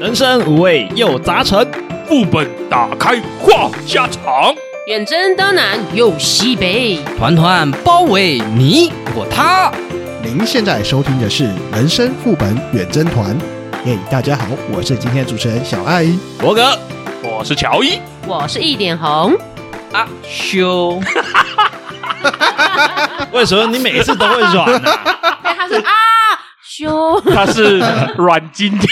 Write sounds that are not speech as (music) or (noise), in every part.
人生五味又杂陈，副本打开话家常。远征东南又西北，团团包围你我他。您现在收听的是《人生副本远征团》。耶，大家好，我是今天的主持人小爱。罗格我是乔伊，我是一点红。阿修，为什么你每次都会软呢、啊？哎，他 (laughs) 说啊，修 (laughs) 他是阮经天。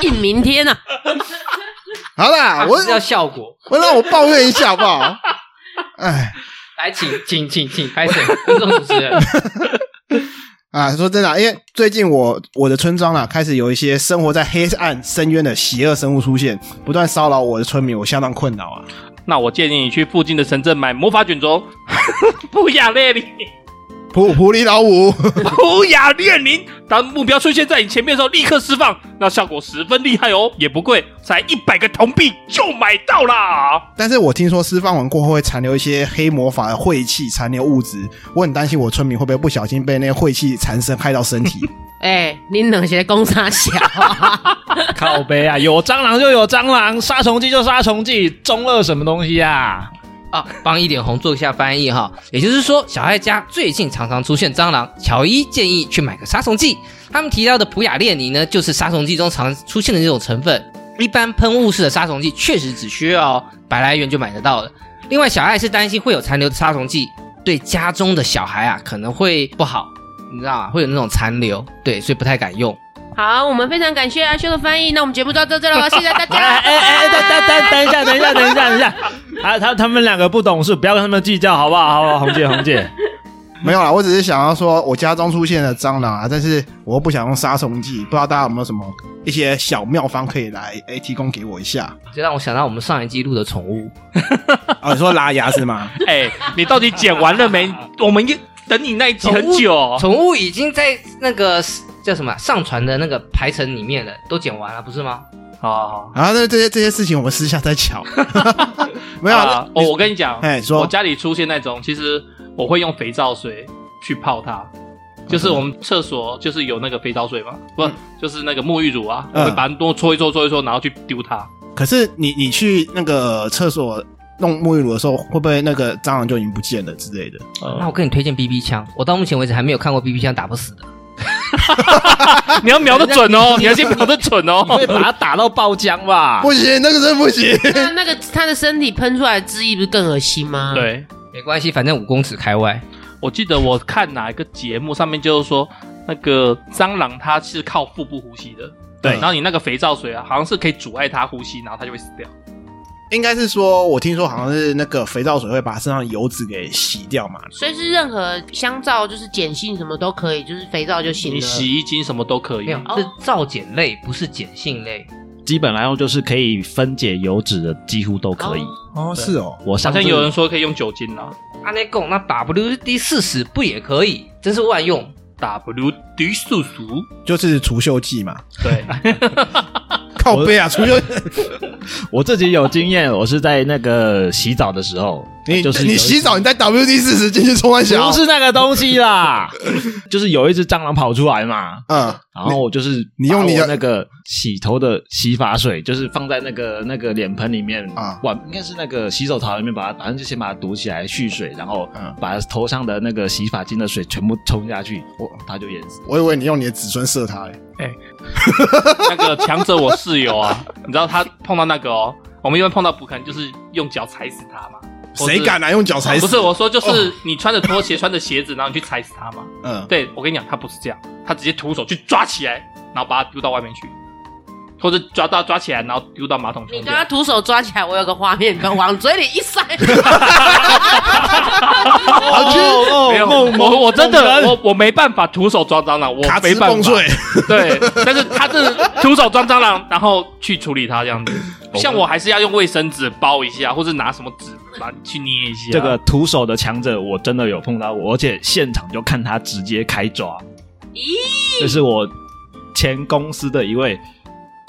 应明天啊，好啦，我我啊是要效果。我让我抱怨一下好不 (laughs) 好？哎来， (laughs) 请请请请开始，尊重主持人。啊，说真的啊，因为最近我我的村庄啊，开始有一些生活在黑暗深渊的邪恶生物出现，不断骚扰我的村民，我相当困扰啊。那我建议你去附近的城镇买魔法卷轴， (laughs) 不雅列宁，普普里老五，不雅列宁。当目标出现在你前面的时候，立刻释放，那效果十分厉害哦，也不贵，才一百个铜币就买到啦。 (laughs) 但是我听说释放完过后会残留一些黑魔法的晦气残留物质，我很担心我村民会不会不小心被那些晦气缠身害到身体。哎，您冷血攻杀小啊？靠背啊，有蟑螂就有蟑螂，杀虫剂就杀虫剂，中二什么东西啊？ (laughs) 啊，帮一点红做一下翻译哈。也就是说，小爱家最近常常出现蟑螂，乔伊建议去买个杀虫剂。他们提到的普雅列尼呢，就是杀虫剂中常出现的这种成分。一般喷雾式的杀虫剂确实只需要百来元就买得到了。另外，小爱是担心会有残留的杀虫剂对家中的小孩啊可能会不好，你知道吗？会有那种残留，对，所以不太敢用。好，我们非常感谢阿修的翻译。那我们节目就到这了，谢谢大家。哎哎 (laughs) 哎，等等等拜等一下，等一下，等一下，等一下，啊，他他们两个不懂事，不要跟他们计较，好不好？好不好？红姐，红姐，没有啦，我只是想要说，我家中出现了蟑螂啊，但是我又不想用杀虫剂，不知道大家有没有什么一些小妙方可以来诶、提供给我一 (laughs) 下？这让我想到我们上一季录的宠物，啊，你说拉牙是吗？ (laughs) 哎、你到底剪完了没？我们一等你那一集很久。宠物已经在那个叫什么上传的那个排程里面了，都剪完了，不是吗？嗯好，啊，那这些这些事情我们私下再讲。没有啊，啊，哦，我跟你讲，哎、我说家里出现那种，其实我会用肥皂水去泡它，嗯就是我们厕所就是有那个肥皂水嘛，不、就是那个沐浴乳啊，嗯我会把它多搓一搓搓一搓，然后去丢它。可是你你去那个厕所弄沐浴乳的时候，会不会那个蟑螂就已经不见了之类的？那我跟你推荐 BB 枪，我到目前为止还没有看过 BB 枪打不死的。你要瞄得 (laughs) 准哦，你要先瞄得准哦。会把他打到爆浆啊吧？不行，那个真不行。 (laughs) 那那个他的身体喷出来的汁液不是更恶心吗？， (laughs) 对，没关系，反正五公尺开外。我记得我看哪一个节目上面就是说，那个蟑螂它是靠腹部呼吸的，对然后你那个肥皂水啊，好像是可以阻碍它呼吸，然后它就会死掉。应该是说，我听说好像是那个肥皂水会把身上的油脂给洗掉嘛。所以是任何香皂，就是碱性什么都可以，就是肥皂就行你了。洗衣精什么都可没以有。，是皂碱类，不是碱性类。基本来说就是可以分解油脂的，几乎都可以。哦哦，是哦，我好上次像有人说可以用酒精啦、阿内贡啊那 WD 四十不也可以？真是万用。 w d 素素，就是除锈剂嘛。对，靠背啊，除锈。 (laughs) 我自己有经验，我是在那个洗澡的时候，你就是有你一洗澡，你带 WD 四十进去冲完小不，是那个东西啦， (laughs) 就是有一只蟑螂跑出来嘛，嗯，然后我就是你你用把我你的那个洗头的洗发水，就是放在那个那个脸盆里面啊碗应该是那个洗手槽里面把它，反正就先把它堵起来蓄水，然后嗯把头上的那个洗发精的水全部冲下去，它就淹死。我以为你用你的子孙射他欸嘞。 (laughs) 那个强者我室友啊，你知道他碰到那个哦，我们一般碰到不可能就是用脚踩死他嘛？或是谁敢？来啊用脚踩死？不是我说，就是哦你穿着拖鞋、穿着鞋子，然后你去踩死他嘛？嗯，对我跟你讲，他不是这样，他直接徒手去抓起来，然后把他丢到外面去，或者抓到抓起来，然后丢到马桶你冲刚刚掉。徒手抓起来，我有个画面，你刚往嘴里一塞，好去哦没有，我我真的我我没办法徒手抓蟑螂，我卡没兹办蹦法。碎，对，但是他是徒手抓蟑螂，然后去处理它 (laughs) 这样子。像我还是要用卫生纸包一下，或者拿什么纸把去捏一下。这个徒手的强者，我真的有碰到过，而且现场就看他直接开抓。咦，这是我前公司的一位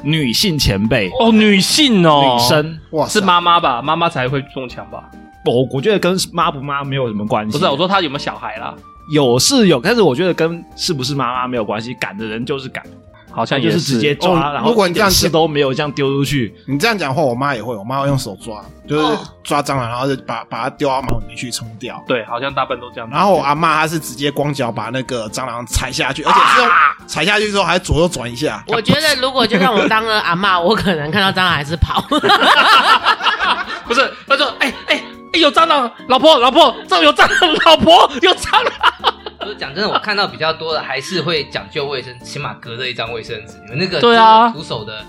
女性前辈，哦，女性哦，女生，哇塞是？妈妈吧？妈妈才会中枪吧？我我觉得跟妈不妈没有什么关系。不是啊，我说她有没有小孩啦？有是有，但是我觉得跟是不是妈妈没有关系，敢的人就是敢。好像也就是是直接抓，哦然后如果你一点这样事都没有这样丢出去，你这样讲话，我妈也会，我妈会用手抓，就是哦抓蟑螂，然后就把把它丢到马桶里去冲掉。对，好像大部分都这样。然后我阿妈她是直接光脚把那个蟑螂踩下去，而且啊是用、踩下去之后还左右转一下。我觉得如果就算我当了阿嬷，我可能看到蟑螂还是跑。不是，他说，哎哎哎，有蟑螂，老婆老婆，这有蟑螂，老婆有蟑螂。就是讲真的，我看到比较多的还是会讲究卫生，起码隔着一张卫生纸。你们那个对啊真的徒手的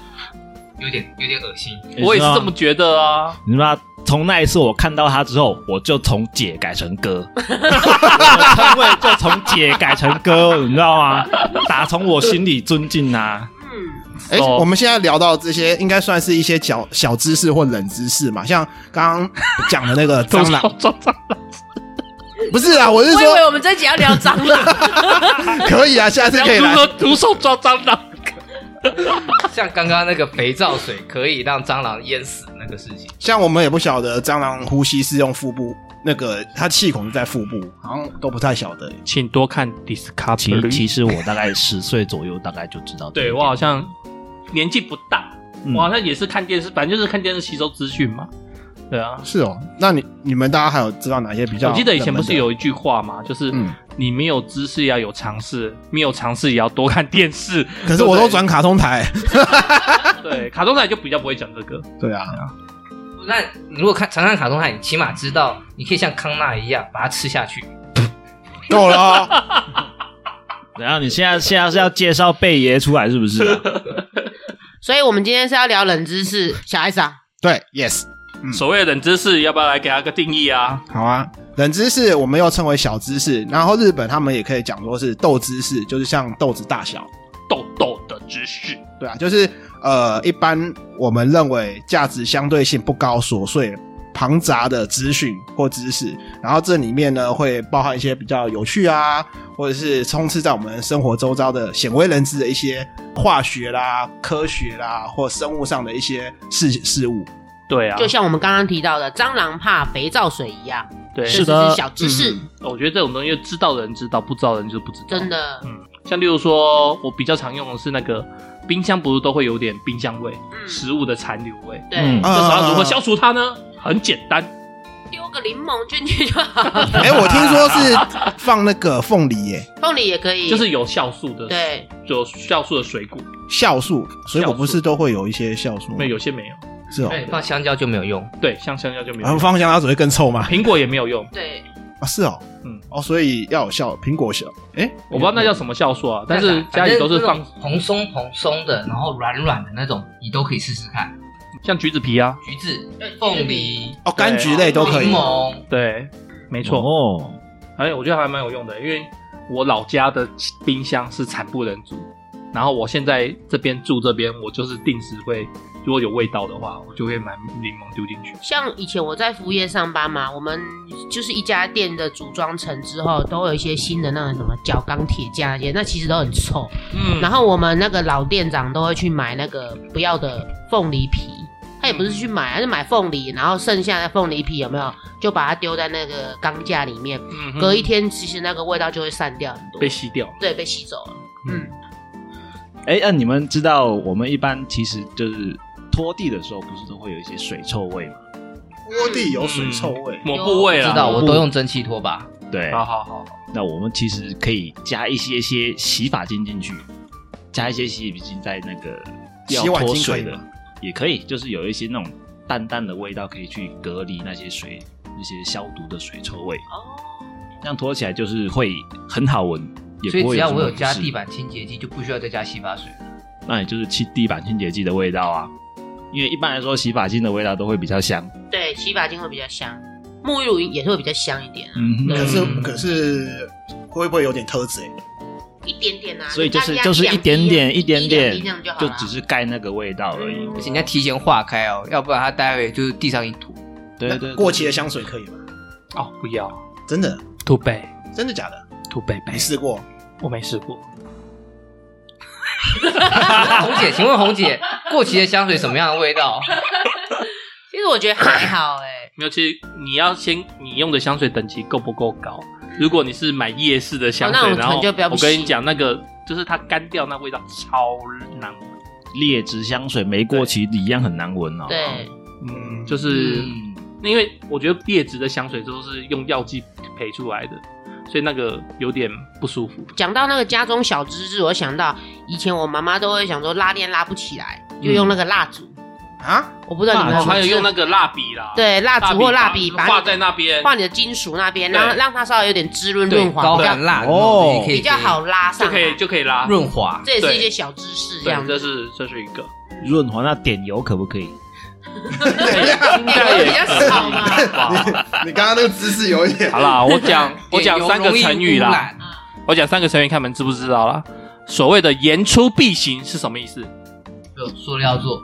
有点有点恶心。我你知也是道这么觉得啊。你知道吗，从那一次我看到他之后，我就从姐改成哥，我的称谓就从姐改成哥，你知道吗？打从我心里尊敬他。嗯，哎、哦我们现在聊到这些，应该算是一些小小知识或冷知识嘛，像刚刚讲的那 (laughs) 个蟑螂，抓蟑螂，不是啊，我是我以为说我们这集要聊蟑螂，可以啊，下次可以要来如。何徒手抓蟑螂？像刚刚那个肥皂水可以让蟑螂淹死那个事情，像我们也不晓得蟑螂呼吸是用腹部，那个它气孔是在腹部，好像都不太晓得。请多看其 Discovery。其实我大概十岁左右，大概就知道这一对点。我好像年纪不大，嗯我好像也是看电视，反正就是看电视吸收资讯嘛。对啊，是哦，那你你们大家还有知道哪些比较？我记得以前不是，有一句话嘛，就是嗯你没有知识要有尝试，没有尝试也要多看电视。可是我都转卡通台。对，卡通仔就比较不会讲这个。 (laughs) 对啊，那你如果看常看卡通海，你起码知道你可以像康纳一样把它吃下去。够了哦，然后你现在现在是要介绍贝爷出来是不是啊、 (laughs) 所以我们今天是要聊冷知识，小孩子啊， (laughs) 对，yes，嗯所谓的冷知识，要不要来给他个定义啊？好啊。冷知识我们又称为小知识，然后日本他们也可以讲说是豆知识，就是像豆子大小。豆豆的知识，对啊，就是呃，一般我们认为价值相对性不高、琐碎、庞杂的资讯或知识，然后这里面呢会包含一些比较有趣啊，或者是充斥在我们生活周遭的鲜为人知的一些化学啦、科学啦或生物上的一些事事物。对啊，就像我们刚刚提到的，蟑螂怕肥皂水一样，对，嗯这是的是小知识，我觉得这种东西知道的人知道，不知道的人就不知道。嗯真，的，像例如说，我比较常用的是那个冰箱，不是都会有点冰箱味，嗯，食物的残留味。对，嗯这时候要如何消除它呢？很简单，丢个柠檬进去就好 (laughs) 了，哎、我听说是放那个凤梨耶、凤梨也可以，就是有酵素的，，对，有酵素的水果，酵素，水果不是都会有一些酵素吗？那有些没有。是哦。对，放香蕉就没有用。对，像香蕉就没有然后用，芳香它只会更臭吗？苹果也没有用，对，啊，是哦，嗯嗯，哦，所以要有酵苹果酵，哎、我不知道那叫什么酵素啊，但是家里都是反正那放种蓬松蓬松的，然后软软的那种，你都可以试试看。像橘子皮啊，橘子对、凤梨、哦，柑橘类都可以柠。檬，对，没错。哦，哎，我觉得还蛮有用的，因为我老家的冰箱是惨不忍睹，然后我现在这边住这边，我就是定时会，如果有味道的话，我就会买柠檬丢进去。像以前我在服务业上班嘛，我们就是一家店的组装成之后，都会有一些新的那种什么角钢铁架那些，那其实都很臭。嗯然后我们那个老店长都会去买那个不要的凤梨皮，他也不是去买，他是买凤梨，然后剩下的凤梨皮有没有就把它丢在那个钢架里面，嗯哼隔一天其实那个味道就会散掉很多被，吸掉。对，被吸走了。嗯，哎，那、你们知道我们一般其实就是拖地的时候，不是都会有一些水臭味吗？锅底有水臭味，抹布味知啦，道我抹布都。用蒸汽拖把。对，好好好，那我们其实可以加一些些洗发精进去，加一些洗发精在那个要洗碗脱精可水以的吗也可以，就是有一些那种淡淡的味道可以去隔离那些水那些消毒的水臭味，哦这样拖起来就是会很好闻，也所以不只会要什我么有不加适地，板清洁剂，就不需要再加洗发水。那也就是清地板清洁剂的味道啊。因为一般来说，洗发精的味道都会比较香。对，洗发精会比较香，沐浴乳也会比较香一点啊，嗯可对是嗯可是会不会有点特质、欸？一点点啊，所以就是大家就是两一滴啊点点一一点两滴点这样就，好就了只是盖那个味道而已。而且你要提前化开哦，要不然它待会就是地上一坨。对对对，过期的香水可以吗？哦，不要，真的吐贝真的假的？吐贝哎贝没，试过，我没试过。红姐，请问红姐，过期的香水什么样的味道？其实我觉得还好哎、没有，其实你要先你用的香水等级够不够高？如果你是买夜市的香哦那水，我可然能后就不要不我跟你洗讲，那个就是它干掉那味道超难闻。劣质香水没过期一样很难闻哦。对，嗯，就是、嗯，因为我觉得劣质的香水都是用药剂培出来的，所以那个有点不舒服。讲到那个家中小知识，我想到以前我妈妈都会想说拉链拉不起来，就用那个蜡烛。哎啊，我不知道你们然有后没还有有用那个嗯蜡笔啦，，对蜡烛或蜡笔把画在那边，画你的金属那边，然后对让它稍微有点滋润对润滑，高比较含蜡哦也可以比较好拉就上可以来。就可以拉。润滑。这也是对一些小知识，这对样，这是这是一 (laughs) 个。润滑那点油可不可以？应该哎也比较少 (laughs) 嘛吧。你刚刚那个姿势有一 (laughs) 点好啦，我 (laughs) (laughs) 讲我讲也有三个容易成语污啦染，，我讲三个成语，看你们知不知道啦。所谓的言出必行是什么意思？就塑料做，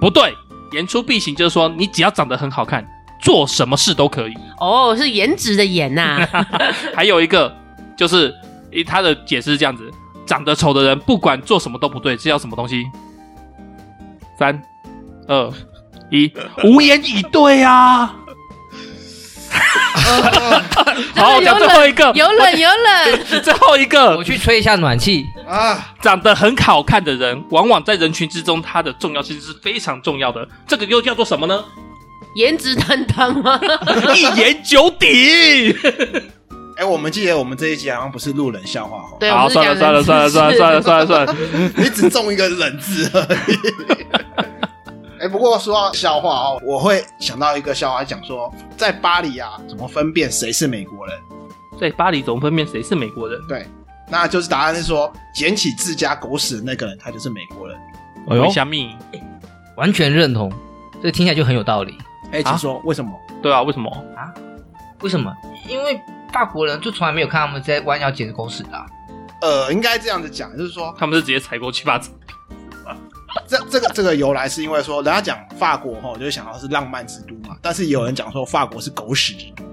不对，言出必行就是说你只要长得很好看，做什么事都可以。哦，是颜值的颜 (laughs) 呐，还有一个就是，诶他的解释是这样子：长得丑的人不管做什么都不对，这叫什么东西？三、二、 (laughs) 一，无言以对啊！好，我讲最后一个，有冷有冷， (laughs) 最后一我个，去吹一下暖气。啊，长得很好看的人，往往在人群之中，他的重要性是非常重要的。这个又叫做什么呢？颜值担当吗？ (laughs) 一言九鼎。哎，我们记得我们这一集好像不是路人笑话 (laughs) 哦，对，我好，们是算了算了算了算了算了算了算了，你只中一个冷字而已。哎、不过说到笑话哦，我会想到一个笑话，讲说在巴黎啊，怎么分辨谁是美国人？在巴黎总分辨谁是美国人，对，那就是答案是说，捡起自家狗屎的那个人，他就是美国人。哎回虾米？完全认同，这听起来就很有道理。哎、啊请说、为什么？对啊，为什么？为什么？因为法国人就从来没有看他们在弯腰捡狗屎的啊、呃，应该这样子讲，就是说他们是直接踩过去吧？这这个这个由来是因为说，人家讲法国哈，就会想到是浪漫之都嘛，但是有人讲说法国是狗屎之都。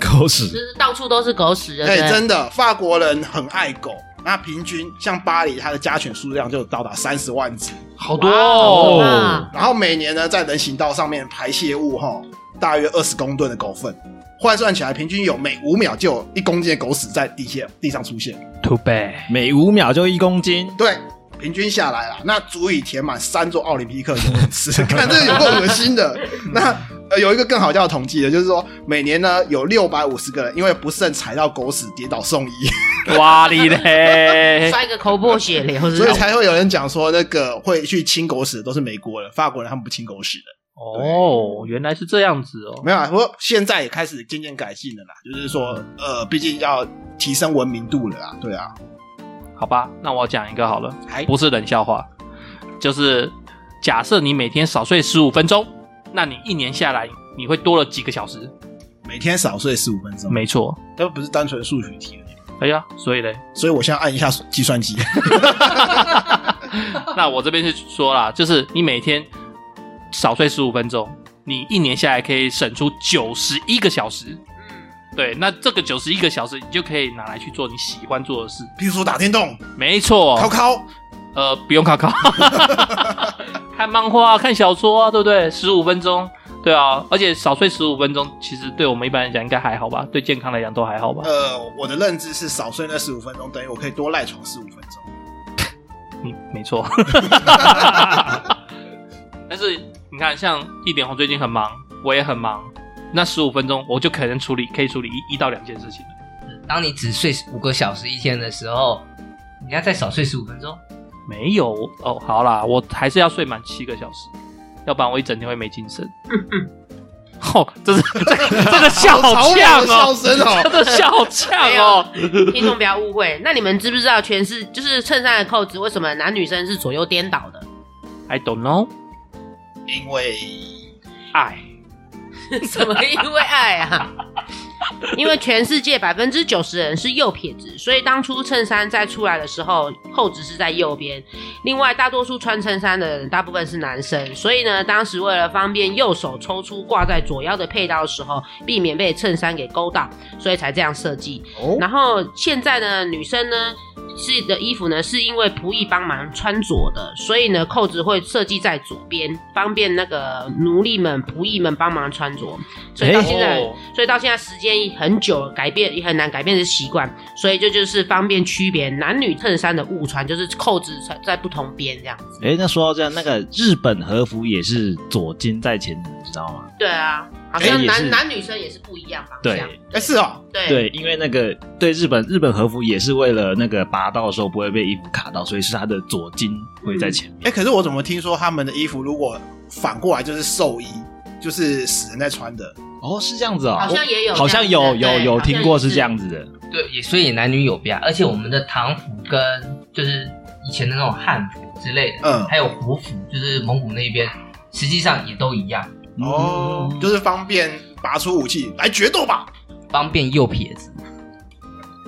狗就屎，是到处都是狗屎的，哎、对不对真的，法国人很爱狗。那平均像巴黎，它的家犬数量就到达三十万只。好多哦哦，啊然后每年呢，在人行道上面排泄物哈，大约二十公吨的狗粪，换算起来，平均有每五秒就有一公斤的狗屎在地下地上出现。 Too bad，每五秒就一公斤，对，平均下来啦，那足以填满三座奥林匹克游泳池。看这有够恶心的。那呃，有一个更好笑的统计的，就是说每年呢，有六百五十个人因为不慎踩到狗屎跌倒送医，哇你 (laughs) 嘞！摔个口破血流，是不所以是？才会有人讲说那个会去清狗屎的都是美国人，法国人他们不清狗屎的。哦，原来是这样子哦。没有啊，不过现在也开始渐渐改进了啦，就是说，呃，毕竟要提升文明度了啦，对啊，好吧，那我讲一个好了哎，不是冷笑话，就是假设你每天少睡十五分钟，那你一年下来你会多了几个小时？每天少睡十五分钟，没错。都不是单纯数学题了，哎呀，所以嘞，所以我现在按一下计算机， (laughs) 那我这边是说啦，就是你每天少睡十五分钟，你一年下来可以省出九十一个小时。嗯对，那这个九十一个小时，你就可以拿来去做你喜欢做的事。比如说打电动、没错，考考，呃，不用考考，看漫画、看小说啊，对不对？十五分钟，对啊，而且少睡十五分钟，其实对我们一般人讲应该还好吧，对健康来讲都还好吧。呃，我的认知是少睡那十五分钟等于我可以多赖床十五分钟，嗯，没错。但是你看，像一点红最近很忙，我也很忙，那十五分钟我就可能处理，可以处理一一到两件事情。当你只睡五个小时一天的时候，你要再少睡十五分钟。没有哦，好啦，我还是要睡满七个小时，要不然我一整天会没精神。哦，这是这个这个笑好好亮的呛笑哦，声 (laughs) 哦，真的笑好呛哦。啊听众不要误会，那你们知不知道全是就是衬衫的扣子为什么男女生是左右颠倒的？ I don't know，因为爱什么？因为爱啊？因为全世界百分之九十人是右撇子，所以当初衬衫在出来的时候，扣子是在右边。另外，大多数穿衬衫的人大部分是男生，所以呢，当时为了方便右手抽出挂在左腰的配刀的时候，避免被衬衫给勾到，所以才这样设计。哦，然后现在呢，女生呢是的衣服呢，是因为仆役帮忙穿着的，所以呢扣子会设计在左边，方便那个奴隶们、仆役们帮忙穿着。所以到现在，哦所以到现在时间间很久，改变也很难改变的习惯，所以这就是方便区别男女衬衫的误穿，就是扣子在在不同边这样子。哎，那说到这样，那个日本和服也是左肩在前，你知道吗？啊对啊，好像哎也男、是男女生也是不一样方对向。哎，是哦，对对，因为那个对日本日本和服也是为了那个拔到的时候不会被衣服卡到，所以是它的左襟会在前面。哎，可是我怎么听说他们的衣服如果反过来就是寿衣，就是死人在穿的？哦，是这样子哦，好像也有我好像这样有子有对有好像听过也是是这样子的。对，也所以男女有别啊。而且我们的唐服跟就是以前的那种汉服之类的，嗯还有胡服，就是蒙古那边，实际上也都一样，嗯嗯哦，就是方便拔出武器来决斗吧。方便右撇子。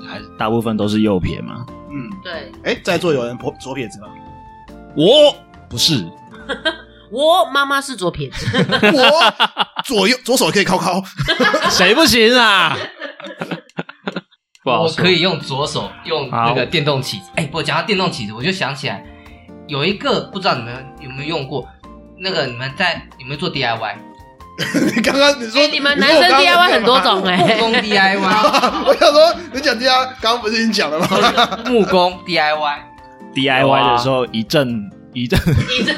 还是大部分都是右撇嘛。嗯，对，哎，在座有人左左撇子吗？ (laughs) 我不是，我妈妈是左撇子， (laughs) 我左右左手可以敲敲，谁不行 (laughs) 啊？不好我说可。以用左手用那好个电动起子。哎、我讲到电动起子，我就想起来有一个不知道你们有没有用过，那个你们在你们做 (laughs) DIY (laughs) 你刚刚你说、哎你们说男生我刚刚 DIY 很多种哎、木工 (laughs) DIY (laughs) 我想说，你讲 DIY，刚刚不是已经讲了吗？木工 DIY。 DIY 的时候一阵一阵，你这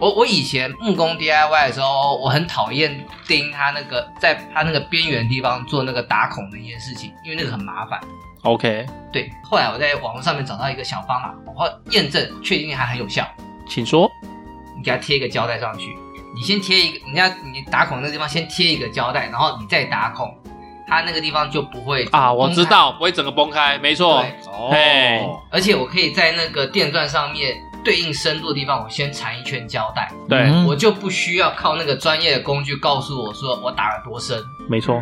我我以前木工 DIY 的时候，我很讨厌盯他那个在他那个边缘地方做那个打孔的一件事情，因为那个很麻烦。 OK，对，后来我在网络上面找到一个小方法，我后验证确定它很有效，请说。你给它贴一个胶带上去，你先贴一个，人家你打孔那地方先贴一个胶带，然后你再打孔，它那个地方就不会啊，我崩知开。道，不会整个崩开，没错。对哎嘿，而且我可以在那个电钻上面对应深度的地方，我先缠一圈胶带，对，嗯我就不需要靠那个专业的工具告诉我说我打了多深。没错，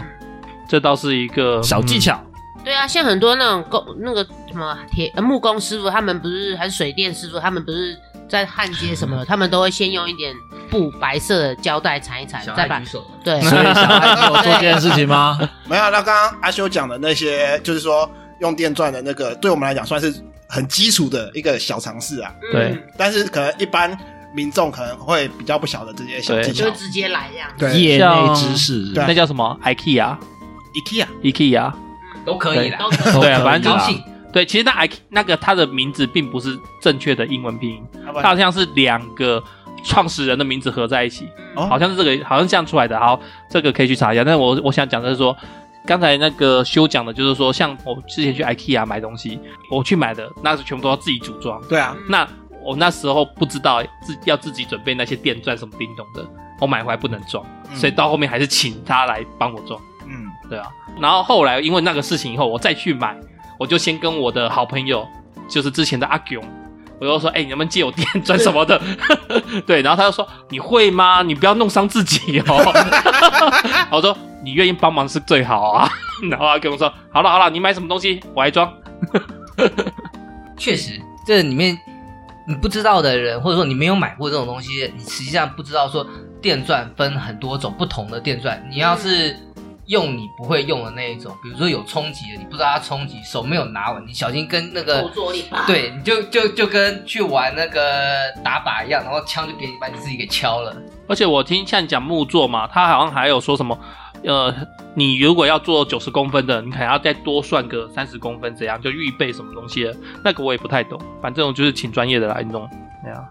这倒是一个嗯小技。巧，对啊，像很多那种工那个什么铁呃木工师傅，他们不是还是水电师傅，他们不是在焊接什么 (laughs) 的，他们都会先用一点布白色的胶带缠一缠，小再孩把举手了，对 (laughs) 所 (laughs) 以小孩有做这件事情吗？没有，啊那刚刚阿修讲的那些，就是说用电钻的那个，对我们来讲算是很基础的一个小尝试啊。嗯对，但是可能一般民众可能会比较不晓得这些小技嗯就巧会。直接来这样。 (laughs) 对业内知识， (laughs) 对那叫什么？IKEA，IKEA， ，IKEA 都可以啦。都可以都可以对啊，反正高就是兴，对。其实那 IK 那个它的名字并不是正确的英文拼音，要不它好然像是两个创始人的名字合在一起，嗯哦好像是这个，好像这样出来的。好，这个可以去查一下。但是我我想讲的是说，刚才那个修讲的就是说，像我之前去 IKEA 买东西，我去买的那是全部都要自己组装。对啊，那我那时候不知道自要自己准备那些电钻什么叮咚的，我买回来不能装，嗯所以到后面还是请他来帮我装，嗯，对啊。然后后来因为那个事情以后，我再去买，我就先跟我的好朋友，就是之前的阿囧。我就说，哎、你能不能借我电钻什么的？ (laughs) 对，然后他就说，你会吗？你不要弄伤自己哦。 (laughs) 我说，你愿意帮忙是最好啊。 (laughs) 然后阿囧说，好了好了，你买什么东西我来装。确实，这里面你不知道的人，或者说你没有买过这种东西，你实际上不知道说电钻分很多种不同的电钻。嗯你要是用你不会用的那一种，比如说有冲击的，你不知道它冲击，手没有拿稳，你小心跟那后个。坐力，对，你就就就跟去玩那个打靶一样，然后枪就给你把你自己给敲了。而且我听像你讲木座嘛，他好像还有说什么，呃，你如果要做九十公分的，你可能要再多算个三十公分，怎样就预备什么东西了那个我也不太懂，反正我就是请专业的来弄。对啊，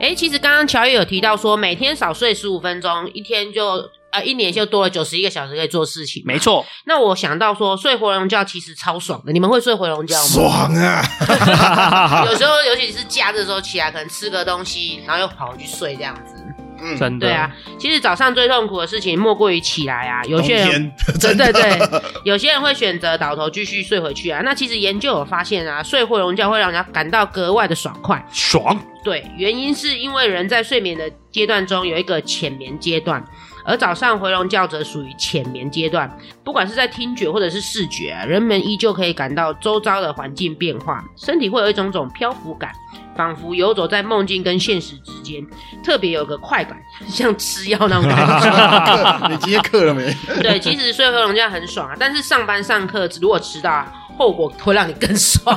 哎，其实刚刚乔伊有提到说，每天少睡十五分钟，一天就呃一年就多了九十一个小时可以做事情。没。错，那我想到说，睡回笼觉其实超爽的。你们会睡回笼觉吗？爽啊！ (laughs) 有时候，尤其是假日的时候起来，可能吃个东西，然后又跑回去睡这样子。嗯，真的。对啊，，其实早上最痛苦的事情莫过于起来啊，有冬些人。天 (laughs) 真的对 (laughs) 对，有些人会选择倒头继续睡回去啊。那其实研究有发现啊，睡回笼觉会让人家感到格外的爽快。爽。对，原因是因为人在睡眠的阶段中有一个浅眠阶段，而早上回笼觉则属于浅眠阶段。不管是在听觉或者是视觉、啊，人们依旧可以感到周遭的环境变化，身体会有一种种漂浮感，仿佛游走在梦境跟现实之间，特别有个快感，像吃药那种感觉。 (laughs) 你今天课了没？对，其实睡回笼觉很爽啊，但是上班上课如果迟到、啊，后果会让你更爽。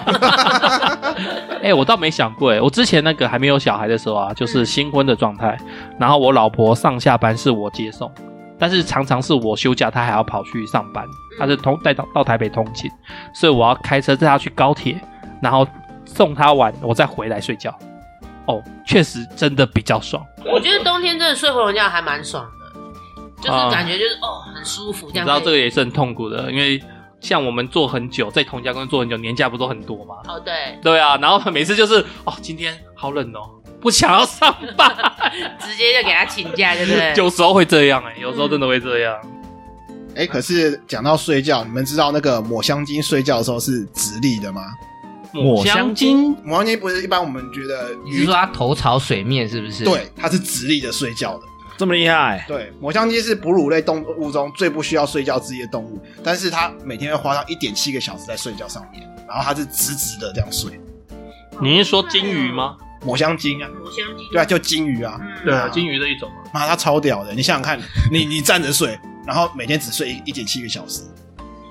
哎、我倒没想过、哎，我之前那个还没有小孩的时候啊，就是新婚的状态，然后我老婆上下班是我接送，但是常常是我休假，他还要跑去上班，他是通带到到台北通勤，所以我要开车载他去高铁，然后送他玩，我再回来睡觉。哦，确实真的比较爽。我觉得冬天真的睡回笼觉还蛮爽的，就是啊感觉就是、哦很舒服这样你知可以。道这个也是很痛苦的，因为像我们做很久，在同一家公司做很久，年假不都很多吗？哦对，对啊，然后每次就是哦，今天好冷哦，不想要上班。直接就给他请假，对 (laughs) 不 (laughs) 对？有时候会这样哎、嗯有时候真的会这样。哎，可是讲到睡觉，你们知道那个抹香鲸睡觉的时候是直立的吗？嗯抹香鲸抹香鲸不是一般我们觉得你是说它头朝水面是不是？，对，它是直立的睡觉的。这么厉害，对，抹香鲸是哺乳类动物中最不需要睡觉之一的动物，但是它每天会花上一点七个小时在睡觉上面，然后它是直直的这样睡。你是说金鱼吗？嗯抹香鲸啊，我相信。对啊，就鲸鱼啊，嗯对啊，金鱼的一种嘛。妈，它超屌的！你想想看，你你站着睡，然后每天只睡一一点七个小时，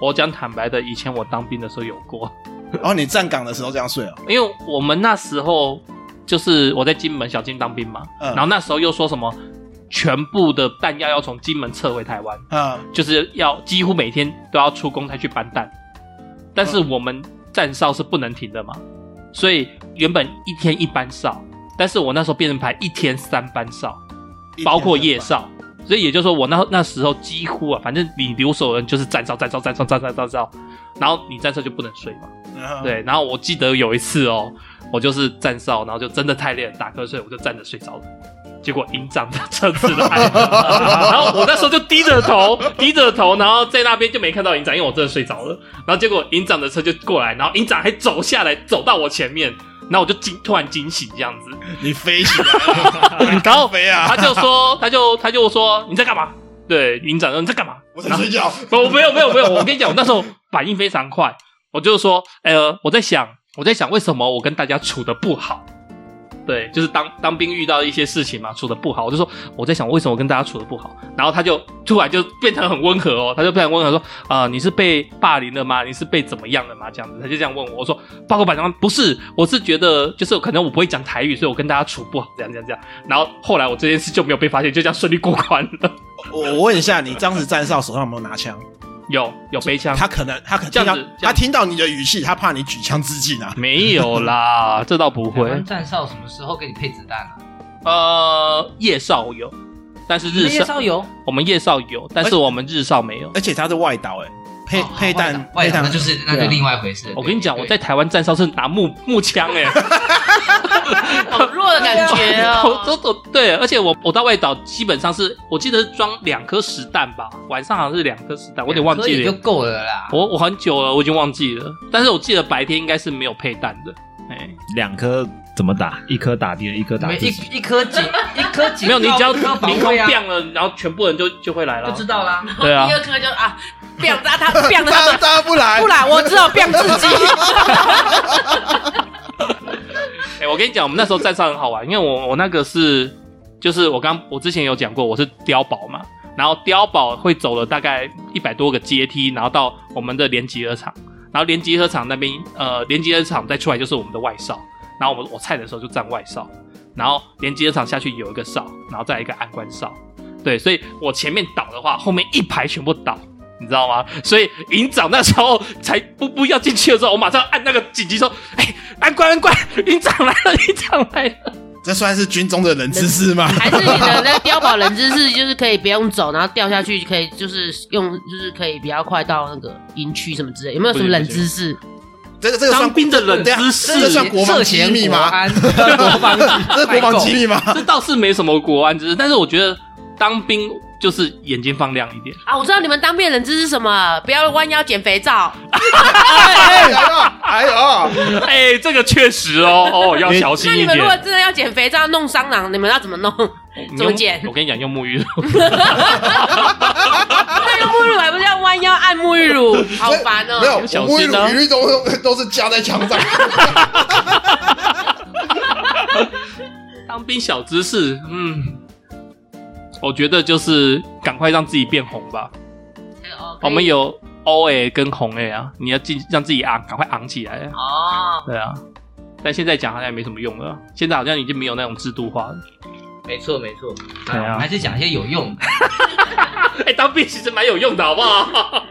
我讲坦白的，以前我当兵的时候有过， (laughs) 然后你站岗的时候这样睡哦，因为我们那时候就是我在金门小金当兵嘛，嗯然后那时候又说什么全部的弹药要从金门撤回台湾，啊，就是要几乎每天都要出工才去搬弹，但是我们站哨是不能停的嘛，所以原本一天一班哨，但是我那时候变成排一天三班哨，一天包括三夜班哨，所以也就是说，我那那时候几乎啊，反正你留守人就是站哨、站哨、站哨、站哨、站哨，然后你站哨就不能睡嘛。嗯对，然后我记得有一次哦，我就是站哨，然后就真的太累了，打瞌睡，我就站着睡着了。结果营长的车子来，然后我那时候就低着头，低着头，然后在那边就没看到营长，因为我真的睡着了。然后结果营长的车就过来，然后营长还走下来，走到我前面，然后我就惊突然惊醒这样子，你飞起来了， (laughs) 然后飞啊！他就说，他就他就说你在干嘛？对，营长说你在干嘛？我在睡觉，我没有没有没有，我跟你讲，我那时候反应非常快，我就说，呃，我在想，我在想为什么我跟大家处的不好。对，就是当当兵遇到一些事情嘛，处的不好，我就说我在想为什么我跟大家处的不好，然后他就突然就变成很温和哦，他就变成温和说啊、你是被霸凌了吗？你是被怎么样了吗？这样子，他就这样问我，我说报告班长，不是，我是觉得就是可能我不会讲台语，所以我跟大家处不好，这样这样这样，然后后来我这件事就没有被发现，就这样顺利过关了，我我问一下，你当时站哨手上有没有拿枪？有有背枪，他可能他可能这听样到子这他样子听到你的语气，他怕你举枪自尽啊。没有 (laughs) 啦，这倒不台湾会。站哨什么时候给你配子弹啊？呃，夜哨有，但是日夜哨哨哎有，我们夜哨有，但是我们日哨没有。而且他是外岛哎、配、哦好配外岛弹外配岛弹那就是那对就啊另外一回事。我跟你讲，对我在台湾站哨是拿木木枪哎、啊嗯好弱的感觉 (laughs) 我 (laughs) 都哦。都对，而且我我到外岛基本上是我记得是装两颗实弹吧，晚上好像是两颗实弹，我有点忘可以记就了。够了啦。我我很久了，我已经忘记了，但是我记得白天应该是没有配弹的，哎、两颗怎么打？一颗打敌人，一颗你打们自一己。一颗警，一颗警没有你只要告一颗防凌空卫啊， (laughs) 变了，然后全部人就就会来就了知。道啦。对啊第，二颗就啊，彪扎他，彪扎他 (laughs) 他，他不来不然我只好彪自己。哎、我跟你讲，我们那时候站哨很好玩，因为我我那个是，就是我刚我之前有讲过，我是碉堡嘛，然后碉堡会走了大概一百多个阶梯，然后到我们的联集合场，然后联集合场那边呃联集合场再出来就是我们的外哨，然后我们我菜的时候就站外哨，然后联集合场下去有一个哨，然后再一个安官哨，对，所以我前面倒的话，后面一排全部倒。你知道吗？所以营长那时候才不不要进去的时候，我马上按那个紧急说：“哎、安官安官，营长来了，营长来了。这算是军中的冷知识吗？还是你的那碉堡人知识就是可以不用走，然后掉下去可以就是用就是可以比较快到那个营区什么之类，有没有什么冷知识？ (laughs) 这个这个算当兵的冷对啊知识这个算国防涉机嫌密国吗？安，国防 (laughs) 这是国防机密 (laughs) 吗？这倒是没什么国安知识，但是我觉得当兵就是眼睛放亮一点。啊，我知道你们当兵的冷知识是什么，不要弯腰捡肥皂。 (laughs) 哎呦哎 (laughs) 呦， (laughs) 哎、这个确实哦，哦，要小心那一你们点如。果真的要捡肥皂弄蟑螂，你们要怎么弄？啊你用怎么剪我跟你讲，用沐浴露。 (laughs) 那用沐浴乳还不是要弯腰按沐浴 (laughs) 乳，好烦哦、没有，小我沐浴心露啊一律都都都是加在枪上。当兵小知识，嗯，我觉得就是赶快让自己变红吧。哦可以 (laughs) 我们有 O A 跟红 A 啊，你要进让自己昂，赶快昂起来。哦，对啊，但现在讲好像也没什么用了，现在好像已经没有那种制度化了。没错没错，对啊我们还是讲一些有用的。 (laughs) 哎，当兵其实蛮有用的，好 (laughs) 不好？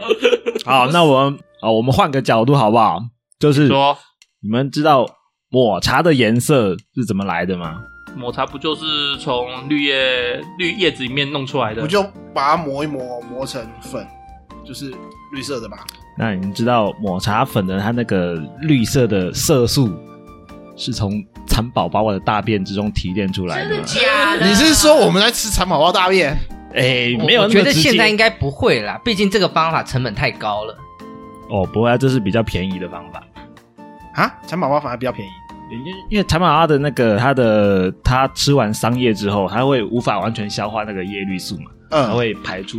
好，那我们啊、我们换个角度好不好？就是说你们知道抹茶的颜色是怎么来的吗？抹茶不就是从绿叶绿叶子里面弄出来的？ (laughs) 我就把它磨一磨，磨成粉，就是绿色的嘛。那你们知道抹茶粉的它那个绿色的色素是从蚕宝宝的大便之中提炼出来真的的吗？假的？你是说我们在吃蚕宝宝大便？哎、我没有那我么觉得直接现在应该不会啦，毕竟这个方法成本太高了。哦，不会、啊，这是比较便宜的方法。啊，蚕宝宝反而比较便宜。因为因为蚕宝宝的那个它的它吃完桑叶之后，它会无法完全消化那个叶绿素嘛，它嗯，会排出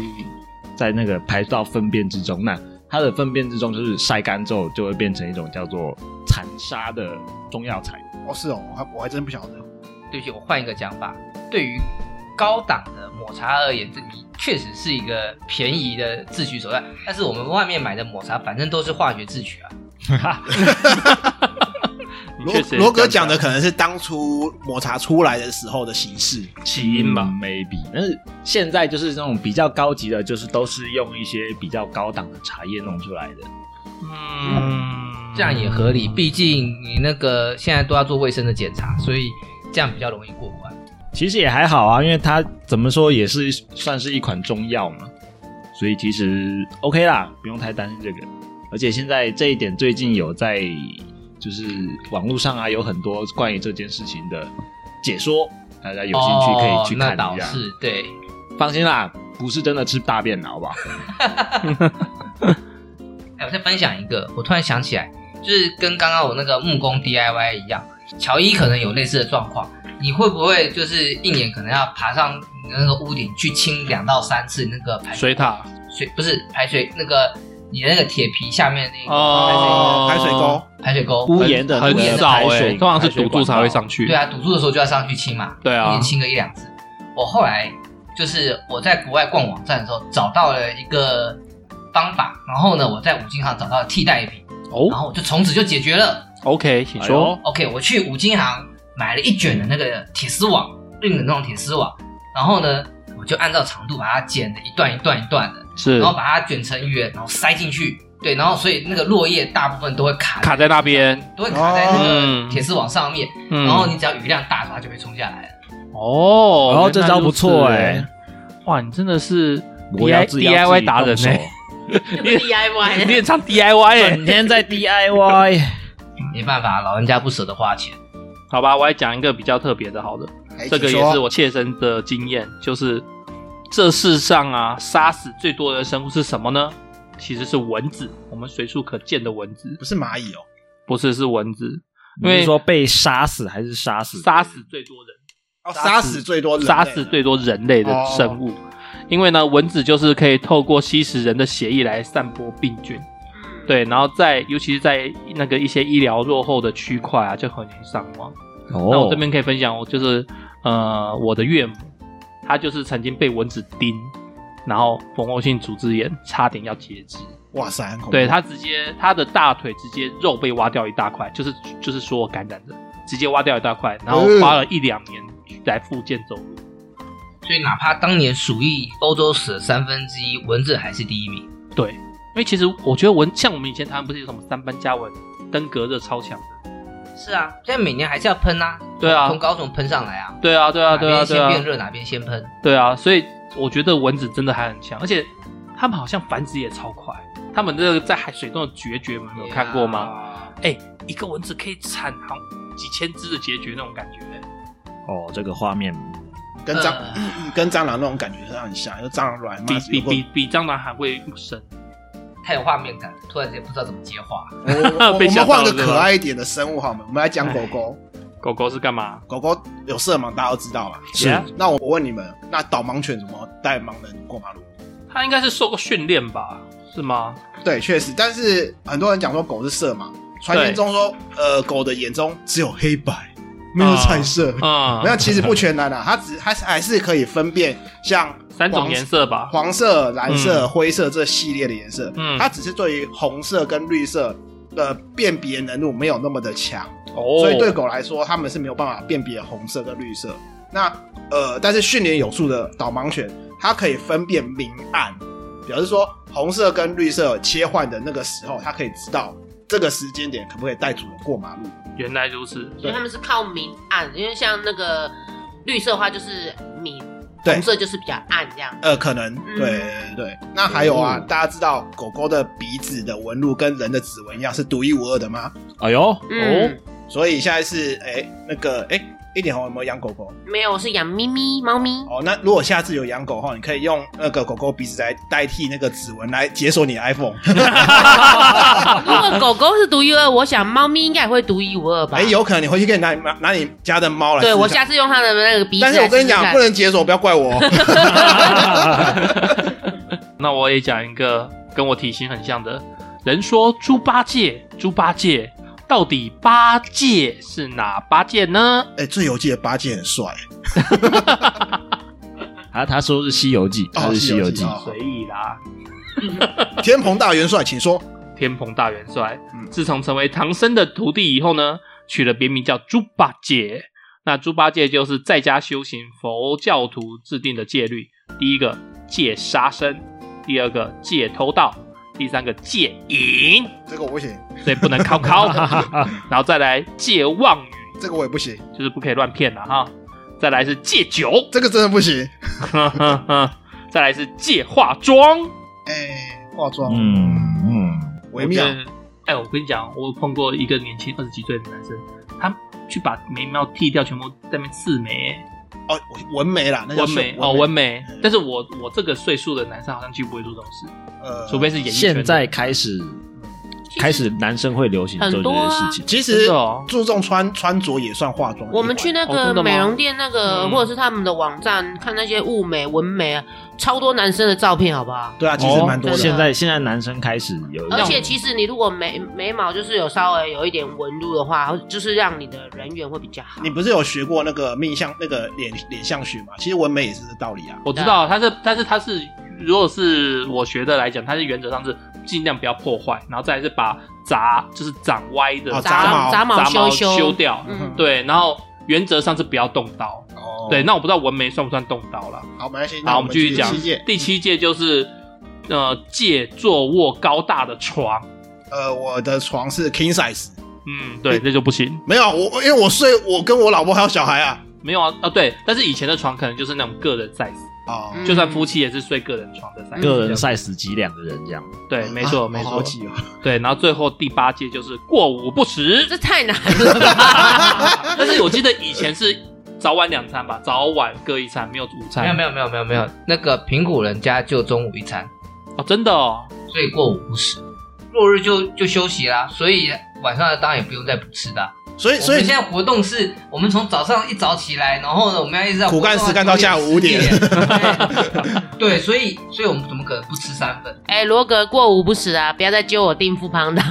在那个排到粪便之中。那它的粪便之中就是晒干之后就会变成一种叫做蚕沙的中药材。哦是哦，我还我还真不晓得。对不起，我换一个讲法，对于高档的抹茶而言，这你确实是一个便宜的自取手段。但是我们外面买的抹茶，反正都是化学自取啊。你罗确实罗哥讲的可能是当初抹茶出来的时候的形式。起因吧嗯。，maybe。但是现在就是那种比较高级的，就是都是用一些比较高档的茶叶弄出来的。嗯，这样也合理，毕竟你那个现在都要做卫生的检查，所以这样比较容易过关。其实也还好啊，因为它怎么说也是算是一款中药嘛，所以其实 OK 啦，不用太担心这个。而且现在这一点最近有在就是网络上啊有很多关于这件事情的解说，大家有兴趣可以去哦、那看倒一下。是对。放心啦，不是真的吃大便的好不好？哎，我再分享一个，我突然想起来，就是跟刚刚我那个木工 DIY 一样，乔伊可能有类似的状况。你会不会就是一年可能要爬上你的那个屋顶去清两到三次那个排水水塔水不是排水那个你的那个铁皮下面那个哦，排水沟，排水沟？屋檐的很那个少排哎，水通常是堵住才会上去。对，啊，堵住的时候就要上去清嘛，对啊一年清个一两次。我后来就是我在国外逛网站的时候找到了一个方法，然后呢，我在五金行找到了替代品，然哦后我就从此就解决了。 ，OK，请哎说。 OK，我去五金行买了一卷的那个铁丝网，硬的那种铁丝网，然后呢，我就按照长度把它剪的一段一段一段的，是然后把它卷成圆，然后塞进去。对，然后所以那个落叶大部分都会卡卡在那边。都会卡在那哦个铁丝网上面，嗯，然后你只要雨量大的话，它就会冲下来了。哦，哦这原来招如不错此哎，哇，你真的是我要 DI 自己要自 DIY 己达人动手呢，这不是 DIY 欸 (laughs) 你很常 DIY 哎。整天 (laughs) 在 DIY。没办法，老人家不舍得花钱。好吧，我来讲一个比较特别的，好的，哎这个请也说是我切身的经验，就是这世上啊，杀死最多的生物是什么呢？其实是蚊子，我们随处可见的蚊子不，是蚂蚁哦，不是是蚊子，因你为是说被杀死还是杀死？杀死最多人。哦杀杀死死最多人类哦杀的，死最多人类的生物，因为呢，蚊子就是可以透过吸食人的血液来散播病菌。对，然后在尤其是在那个一些医疗落后的区块啊，就很容易上网。那哦我这边可以分享，我就是呃，我的岳母，她就是曾经被蚊子叮，然后蜂窝性组织炎，差点要截肢。哇塞，很恐怖对，他直接他的大腿直接肉被挖掉一大块，就是就是说我感染的，直接挖掉一大块，然后花了一两年来复健走路。所以哪怕当年鼠疫欧洲死了三分之一，蚊子还是第一名。对，因为其实我觉得蚊像我们以前台湾不是有什么三班加蚊，登革热超强的。是啊，现在每年还是要喷啊。对啊从高中喷上来啊。对啊，对啊，哪对啊，边对先变啊，热哪边先喷。对啊，所以我觉得蚊子真的还很强，而且它们好像繁殖也超快。它们这个在海水中的决绝，你们有看过吗？吗？哎、一个蚊子可以产好几千只的决绝那种感觉、哦，这个画面跟蟑、呃跟蟑螂那种感觉上很像，就蟑螂卵比嘛，比如果比比蟑螂还会深。太有画面感了，突然间不知道怎么接话。我我我 (laughs) 被吓们到换个是吧哎可爱一点的生物好吗？我们来讲狗狗，狗狗是干嘛？狗狗有色盲，大家都知道嘛。是 Yeah 那我问你们，那导盲犬怎么带盲人过马路？它应该是受过训练吧？是吗？对，确实，但是很多人讲说狗是色盲，传言中说，呃，狗的眼中只有黑白，没有彩色。嗯，没有，其实不全然啦、它只它还是可以分辨像三种黄颜色吧。黄色、蓝色、灰色这系列的颜色，嗯它只是对于红色跟绿色的辨别能力没有那么的强，哦，所以对狗来说，它们是没有办法辨别红色跟绿色。那呃，但是训练有素的导盲犬，它可以分辨明暗，表示说红色跟绿色切换的那个时候，它可以知道这个时间点可不可以带主人过马路。原来如此，所以他们是靠明暗，因为像那个绿色的话就是明，对红色就是比较暗这样。呃，可能嗯对对对对。那还有啊，哦大家知道狗狗的鼻子的纹路跟人的指纹一样是独一无二的吗？哎呦，嗯，所以现在是哎、那个哎、一点红有没有养狗狗？没有，我是养咪咪猫咪。哦，那如果下次有养狗哦后，你可以用那个狗狗鼻子来代替那个指纹来解锁你的 iPhone。啊如果狗狗是独一无二，我想猫咪应该也会独一无二吧。哎、有可能你回去可以拿你妈拿你家的猫来试对试看。我下次用它的那个鼻子但来试试看。是我跟你讲，不能解锁，不要怪我。哦 (laughs) 那我也讲一个跟我体型很像的。人说猪八戒，猪八戒到底八戒是哪八戒呢？哎、最游记的八戒很帅他啊他说是《西游记》，他是《西游嗯记》哦啊随意啦，天蓬大元帅，请说。天蓬大元帅嗯。自从成为唐僧的徒弟以后呢，取了别名叫猪八戒。那猪八戒就是在家修行佛教徒制定的戒律，第一个戒杀生，第二个戒偷盗，第三个戒淫，这个我不行，所以不能靠靠， (laughs) 然后再来戒妄语，这个我也不行，就是不可以乱骗了哈。再来是戒酒， (laughs) 这个真的不行。再来是戒化妆。哎、化妆，嗯嗯，微妙我觉。得。哎、我跟你讲，我碰过一个年轻二十几岁的男生，他去把眉毛剃掉，全部在那边刺眉、哦，纹眉啦，那叫哎纹眉哦，纹眉。但是我我这个岁数的男生好像几乎不会做这种事，呃除非是演艺圈现的。在开始其实开始男生会流行做这很多件啊事情，其真实的哦注重穿穿着也算化妆的一环。我们去那哦真的个吗美容店，那个、嗯或者是他们的网站看那些雾眉、纹眉啊，超多男生的照片，好不好？对啊，其实蛮多哦的。现在现在男生开始有而且有其实你如果眉眉毛就是有稍微有一点纹路的话，就是让你的人缘会比较好。你不是有学过那个面相那个脸脸相学吗？其实纹眉也是这道理啊。我知道，他是，但是他是，如果是我学的来讲，他是原则上是尽量不要破坏，然后再来是把杂就是长歪的哦杂杂毛杂毛修修修掉，嗯，对，然后原则上是不要动刀。哦对，，那我不知道纹眉算不算动刀了。好，没关系。那好，我们继续讲世界。第七届就是呃，借坐卧高大的床。呃，我的床是 king size，嗯，对，这就不行。没有我，因为我睡我跟我老婆还有小孩啊。没有啊，啊对，但是以前的床可能就是那种个人 size，哦，嗯就算夫妻也是睡个人床的 size。个人 size 挤两个人这样，对，没错，啊没好错。挤哦。对，然后最后第八届就是过午不食，这太难了吧？ (laughs) 但是我记得以前是早晚两餐吧，早晚各一餐，没有午餐。没有没有有没有没有没有，那个平谷人家就中午一餐，哦，真的哦，所以过午不食，落日就就休息啦，所以晚上的当然也不用再补吃的啊、所以我所以们现在活动是我们从早上一早起来，然后呢，我们要一直到苦干活动实干到下午五点10对，所以所以我们怎么可能不吃三份？哎、罗格过午不食啊，不要再揪我订富邦的。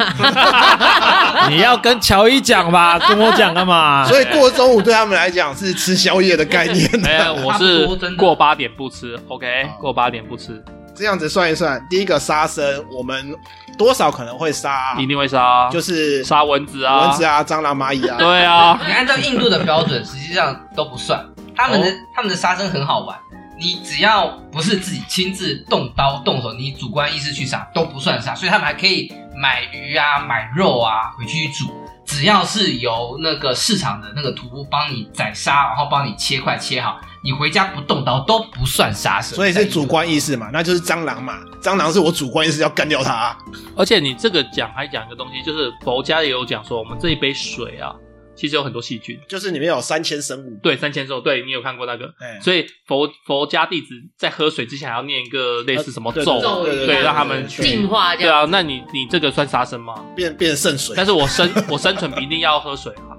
你要跟乔伊讲 (laughs) 吧，跟我讲干嘛？所以过中午对他们来讲是吃宵夜的概念。 (laughs) 哎、我差不多真是的过八点不吃，OK，好过八点不吃，这样子算一算，第一个杀生，我们多少可能会杀，一定会杀，啊就是杀蚊子啊，蚊子啊、蟑螂、蚂蚁啊。对啊，你按照印度的标准，实际上都不算。他们的、他们的杀生很好玩，你只要不是自己亲自动刀动手，你主观意识去杀都不算杀，所以他们还可以买鱼啊、买肉啊回去煮。只要是由那个市场的那个屠夫帮你宰杀，然后帮你切块切好，你回家不动刀都不算杀生。所以是主观意识嘛，那就是蟑螂嘛。蟑螂是我主观意识要干掉它、啊而且你这个讲还讲一个东西，就是佛家也有讲说，我们这一杯水啊，其实有很多细菌。就是里面有三千生物。对，三千寿，对你有看过那个？哎所以佛佛家弟子在喝水之前还要念一个类似什么对咒， (laughs) 咒对哦对让他们进化这对样。啊，那你你这个算杀生吗？变变圣水但。是我生 (laughs) 我生存一定要喝水啊，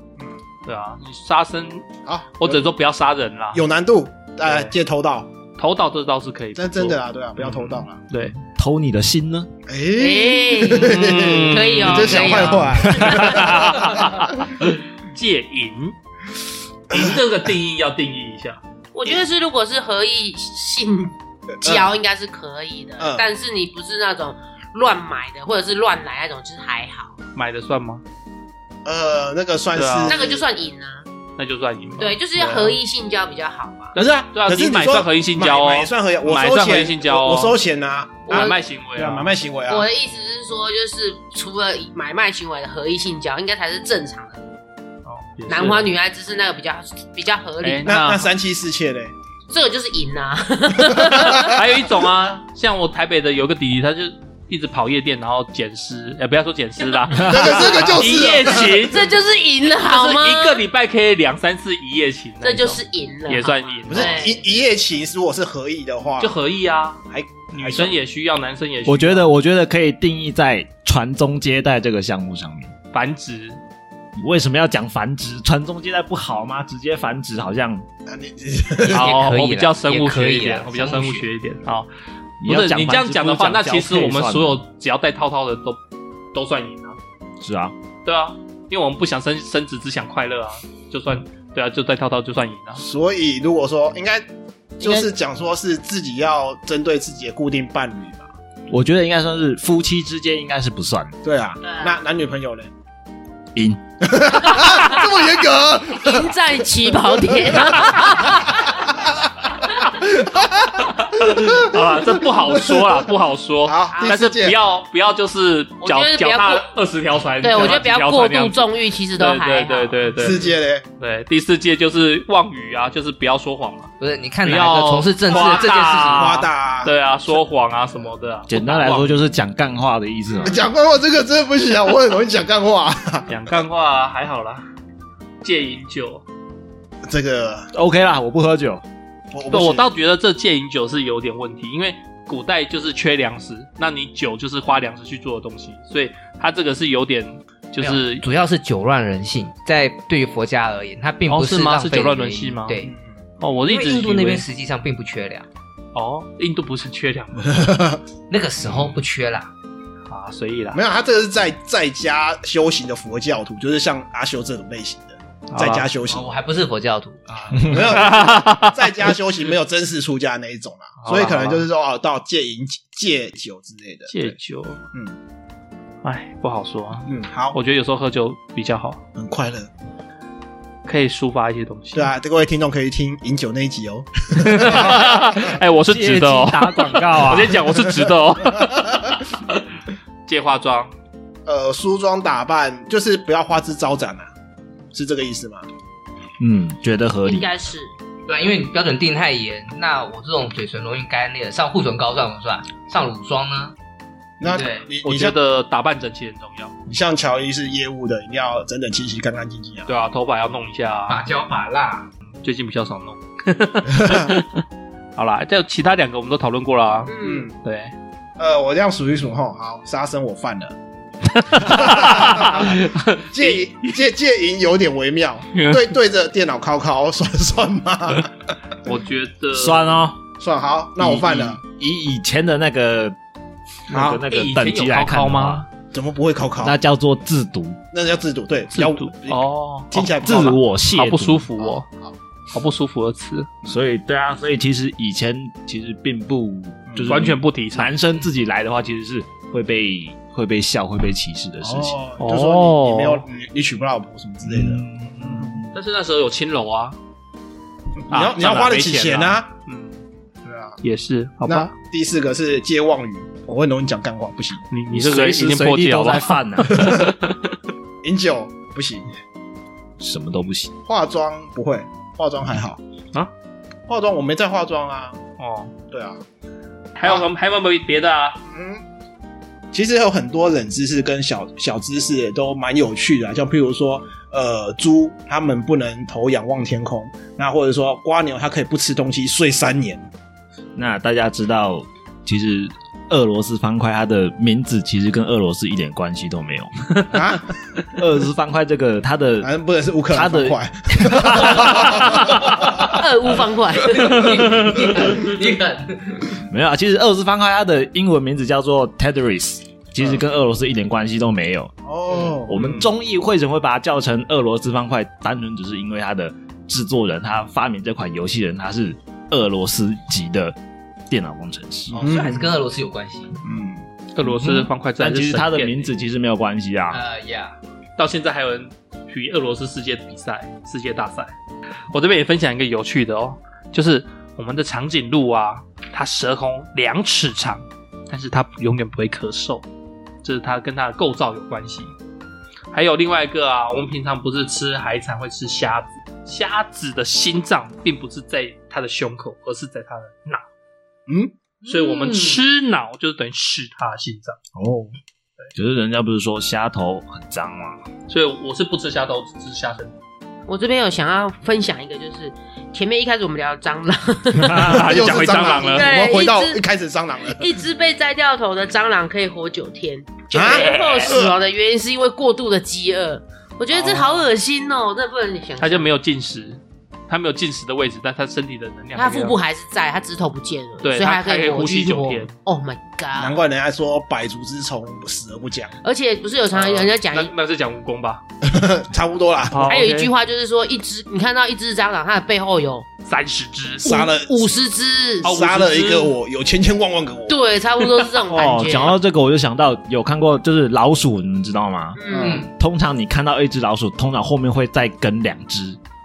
对啊，你杀生，好，我只能说不要杀人啦，啊有难度，呃，对嗯借偷盗，头倒这倒是可以，真真的啊，对啊，不要偷盗啊。不错，对，偷你的心呢？哎、哎、嗯可以哦你这想坏话、 (laughs) 戒淫，淫这个定义要定义一下，我觉得是，如果是合意性嗯交，应该是可以的。嗯但是你不是那种乱买的，或者是乱来那种，就是还好，买的算吗？呃，那个算是、对啊那个就算赢啊。那就算你买。对，就是要合意性交比较好嘛。可是啊，对啊，可是你你买说算合一性交哦，买买算合一，我买收算合钱，一性交哦，我我收钱啊，我买卖行为对啊，啊，买卖行为啊我，的意思是说，就是除了买卖行为的合意性交，应该才是正常的。 (laughs) 哦也是男欢女爱只是那个比较比较合理，哎那那那三妻四妾嘞，这个就是淫啊。 (laughs) 还有一种啊，像我台北的有个弟弟，他就一直跑夜店，然后捡尸，呃，不要说捡尸 (laughs) 啦，这个这个就一是夜情，这就是赢了，就好是吗？一个礼拜可以两三次一夜情那这一就种，是赢了，也算好吗赢不是对一一夜情，如果是合意的话，就合意啊，还女生也需要，男生也需要，我觉得，我觉得可以定义在传宗接代这个项目上面。繁殖你为什么要讲繁殖？传宗接代不好吗？直接繁殖好像啊你好，可以啦我比较生物学也一可以啦点，我比较生物学一点，好，你不要是讲你这样讲的话，繁那殖不其如实我们交配所算有了只要带套套的都都算赢啊，是啊，对啊，因为我们不想生生子，只想快乐啊，就算对啊，就带套套就算赢啊，所以如果说应该就是讲说是自己要针对自己的固定伴侣嘛，我觉得应该算是夫妻之间应该是不算的对啊，对啊那男女朋友嘞，赢。 (laughs) 这么严格，赢在起跑点。(laughs) 好啦，这不好说啦，不好说。好，第但是四不届要不要就是我脚觉得不脚要踏过二十条船，对，脚踏我觉得不几条要船过那样度子纵欲，其实都还好。对对对 (laughs) 对四对届嘞，对，第四届就是妄语啊，就是不要说谎嘛。不是，你看哪不一要个从事政治夸大这件事情，夸大啊，对啊，说谎啊什么的啊。简单来说就是讲干话的意思嘛。讲干话这个真的不行啊，我很容易讲干 (laughs) 话，讲干话啊还好啦，戒饮酒。这个 OK 啦，我不喝酒，我对，不我行倒觉得这戒饮酒是有点问题，因为古代就是缺粮食，那你酒就是花粮食去做的东西，所以它这个是有点就是主要是酒乱人性。在对于佛家而言，它并不哦是吗浪费是酒乱人原因性吗嗯对，哦，我一因为直印度以那为边实际上并不缺粮，哦，印度不是缺粮吗那个时候不缺啦。啊，随意啦没。有，他这个是在在家修行的佛教徒，就是像阿修这种类型的，在家修行哦，我还不是佛教徒，啊，没 (laughs) 有在家修行，没有真实出家那一种啦，好啦所以可能就是说哦，到戒淫、戒酒之类的。戒对，酒，嗯哎，不好说啊。嗯，好，我觉得有时候喝酒比较好，很快乐。可以抒发一些东西。对，啊，各位听众可以听饮酒那一集哦。 (laughs) 哎，我是直的哦借机，打广告啊 (laughs) 我先讲，我是直的哦。借化妆，呃，梳妆打扮就是不要花枝招展啊，是这个意思吗？嗯，觉得合应理。该是对啊，因为你标准定太严，那我这种嘴唇容易干裂，上护唇膏算不算？上乳霜呢？那对你我你觉像得打扮整齐很重要。你像乔伊是业务的，一定要整整齐齐、干干净净啊。对啊，头发要弄一下啊，胶把蜡，最近比较少弄。 (laughs) 好啦，这其他两个我们都讨论过了啊。嗯嗯，，对，呃，我这样数一数吼，好，杀生我犯 (laughs) 了。戒淫戒戒淫有点微妙，嗯对对着电脑敲敲哦算 (laughs) 算吗？我觉得算哦，算好，那我犯了，以。以以前的那个那好个那哎个以等前有级来高看考的话吗？？怎么不会敲敲？那叫做制毒，那叫制度，对，制要度哦，听起来自不好吧我亵渎，好不舒服哦好，好好不舒服的词，所以对啊，所以其实以前其实并不就是完全不提倡。男生自己来的话，其实是会被会被笑、会被歧视的事情。哦，就说你你没有你你娶不到老婆什么之类的，但是那时候有青楼啊，你要啊你要花得起钱啊。嗯，对啊，也是，好那吧？第四个是戒妄语，我很容易讲干话，不行，你你你这个随已时经随破地戒好都不在好？犯啊呢、饮酒不行， (laughs) 什么都不行。化妆不会，化妆还好啊，化妆我没在化妆啊，哦，对啊，还有什么？还有没有别的啊？嗯，其实有很多冷知识跟小小知识也都蛮有趣的、啊，像譬如说，呃，猪它们不能头仰望天空，那或者说瓜牛它可以不吃东西睡三年，那大家知道，其实俄罗斯方块它的名字其实跟俄罗斯一点关系都没有。 (laughs) 啊，俄罗斯方块这个它 (laughs) 的 (laughs) 哎反正不能是乌克它兰的方块，二五方块， (laughs) (laughs) 你很 (laughs) 没有啊，其实俄罗斯方块它的英文名字叫做 Tetris，其实跟俄罗斯一点关系都没有。嗯哦，我们中译为什么会把它叫成俄罗斯方块？单纯只是因为它的制作人，他发明这款游戏的人，他是俄罗斯籍的电脑工程嗯师。哦，所以还是跟俄罗斯有关系。嗯，俄罗斯方块自然但是其实他的神殿哎名字其实没有关系啊，呃呀，到现在还有人去俄罗斯世界比赛、世界大赛。我这边也分享一个有趣的哦，就是我们的长颈鹿啊，它舌红两尺长，但是它永远不会咳嗽，这是它跟它的构造有关系。还有另外一个啊，我们平常不是吃海产会吃虾子，虾子的心脏并不是在它的胸口，而是在它的脑，嗯，所以我们嗯吃脑就是等于吃它的心脏。哦，可是人家不是说虾头很脏吗？所以我是不吃虾头，只吃虾身。我这边有想要分享一个，就是前面一开始我们聊蟑螂， (laughs) (laughs) 又讲回蟑螂我了，对们回到一只一开始蟑螂了。一只被摘掉头的蟑螂可以活九天，九啊天呃后死亡的原因是因为过度的饥饿。我觉得这好恶心哦，我真的不能想象。它就没有进食，它没有进食的位置，但它身体的能量他还没腹有，部还是在，他指头不见了，对所以它可还可以以活呼吸继续九活天。 Oh my 难 god！怪人家说百足之虫，死而不僵，而且不是有常常人家讲啊呃那哦一，那是讲蜈蚣吧？差不多啦。还有一句话，话就是说，一只你看到一只蟑螂，它的背后有三十只杀了五十只，哦杀了一个我，有千千万万个我。对，差不多是这种感哦，觉。讲到这个，我就想到有看过，就是老鼠，你们知道吗？嗯，通常你看到一只老鼠，通常后面会再跟两只，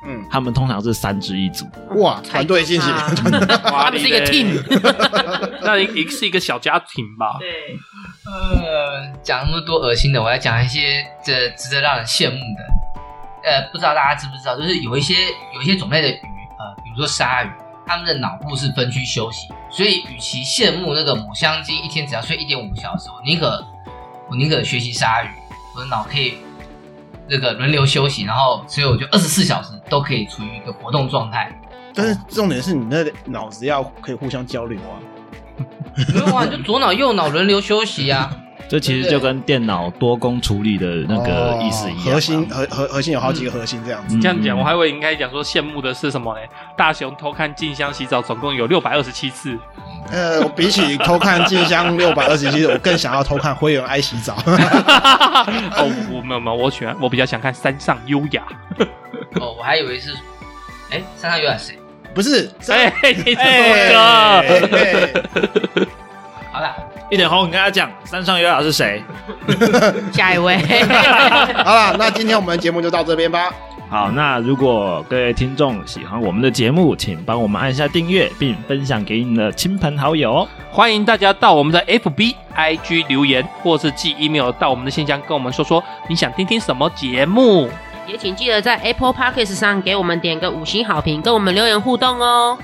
嗯，它们通常是三只一组。哇，团队信息，啊他 (laughs) 他们是一个 team， (laughs) 那一个是一个小家庭吧？对，呃，讲那么多恶心的，我要讲一些这值得让人羡慕的。呃，不知道大家知不知道，就是有一些有一些种类的鱼，呃，比如说鲨鱼，它们的脑部是分区休息，所以与其羡慕那个抹香鲸一天只要睡一点五小时，我宁可我宁可学习鲨鱼，我的脑可以那个轮流休息，然后所以我就二十四小时都可以处于一个活动状态。但是重点是你那脑子要可以互相交流啊。没有啊，你就左脑右脑轮流休息啊。这其实就跟电脑多工处理的那个意思一样啊嘛。哦核心核核核心有好几个核心这样子。嗯这样讲，我还以为应该讲说羡慕的是什么呢？大雄偷看静香洗澡，总共有六百二十七次。 (laughs) 呃，我比起偷看静香六百二十七，我更想要偷看灰原哀洗澡。 (laughs) 哦，我没有没有，我喜欢我比较想看山上优雅。 (laughs) 哦，我还以为是，哎，山上有点谁？不是， (laughs) 哎，你怎么哎了？哎好啦，一脸红，你跟他讲山上优雅是谁？下一 (laughs) 位，哎好了，那今天我们节目就到这边吧。好，那如果各位听众喜欢我们的节目，请帮我们按下订阅，并分享给你的亲朋好友哦。欢迎大家到我们的 FB、IG 留言，或是寄 email 到我们的信箱，跟我们说说你想听听什么节目。也请记得在 Apple Podcast 上给我们点个五星好评，跟我们留言互动哦。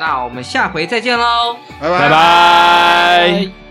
那我们下回再见喽。拜拜拜。拜。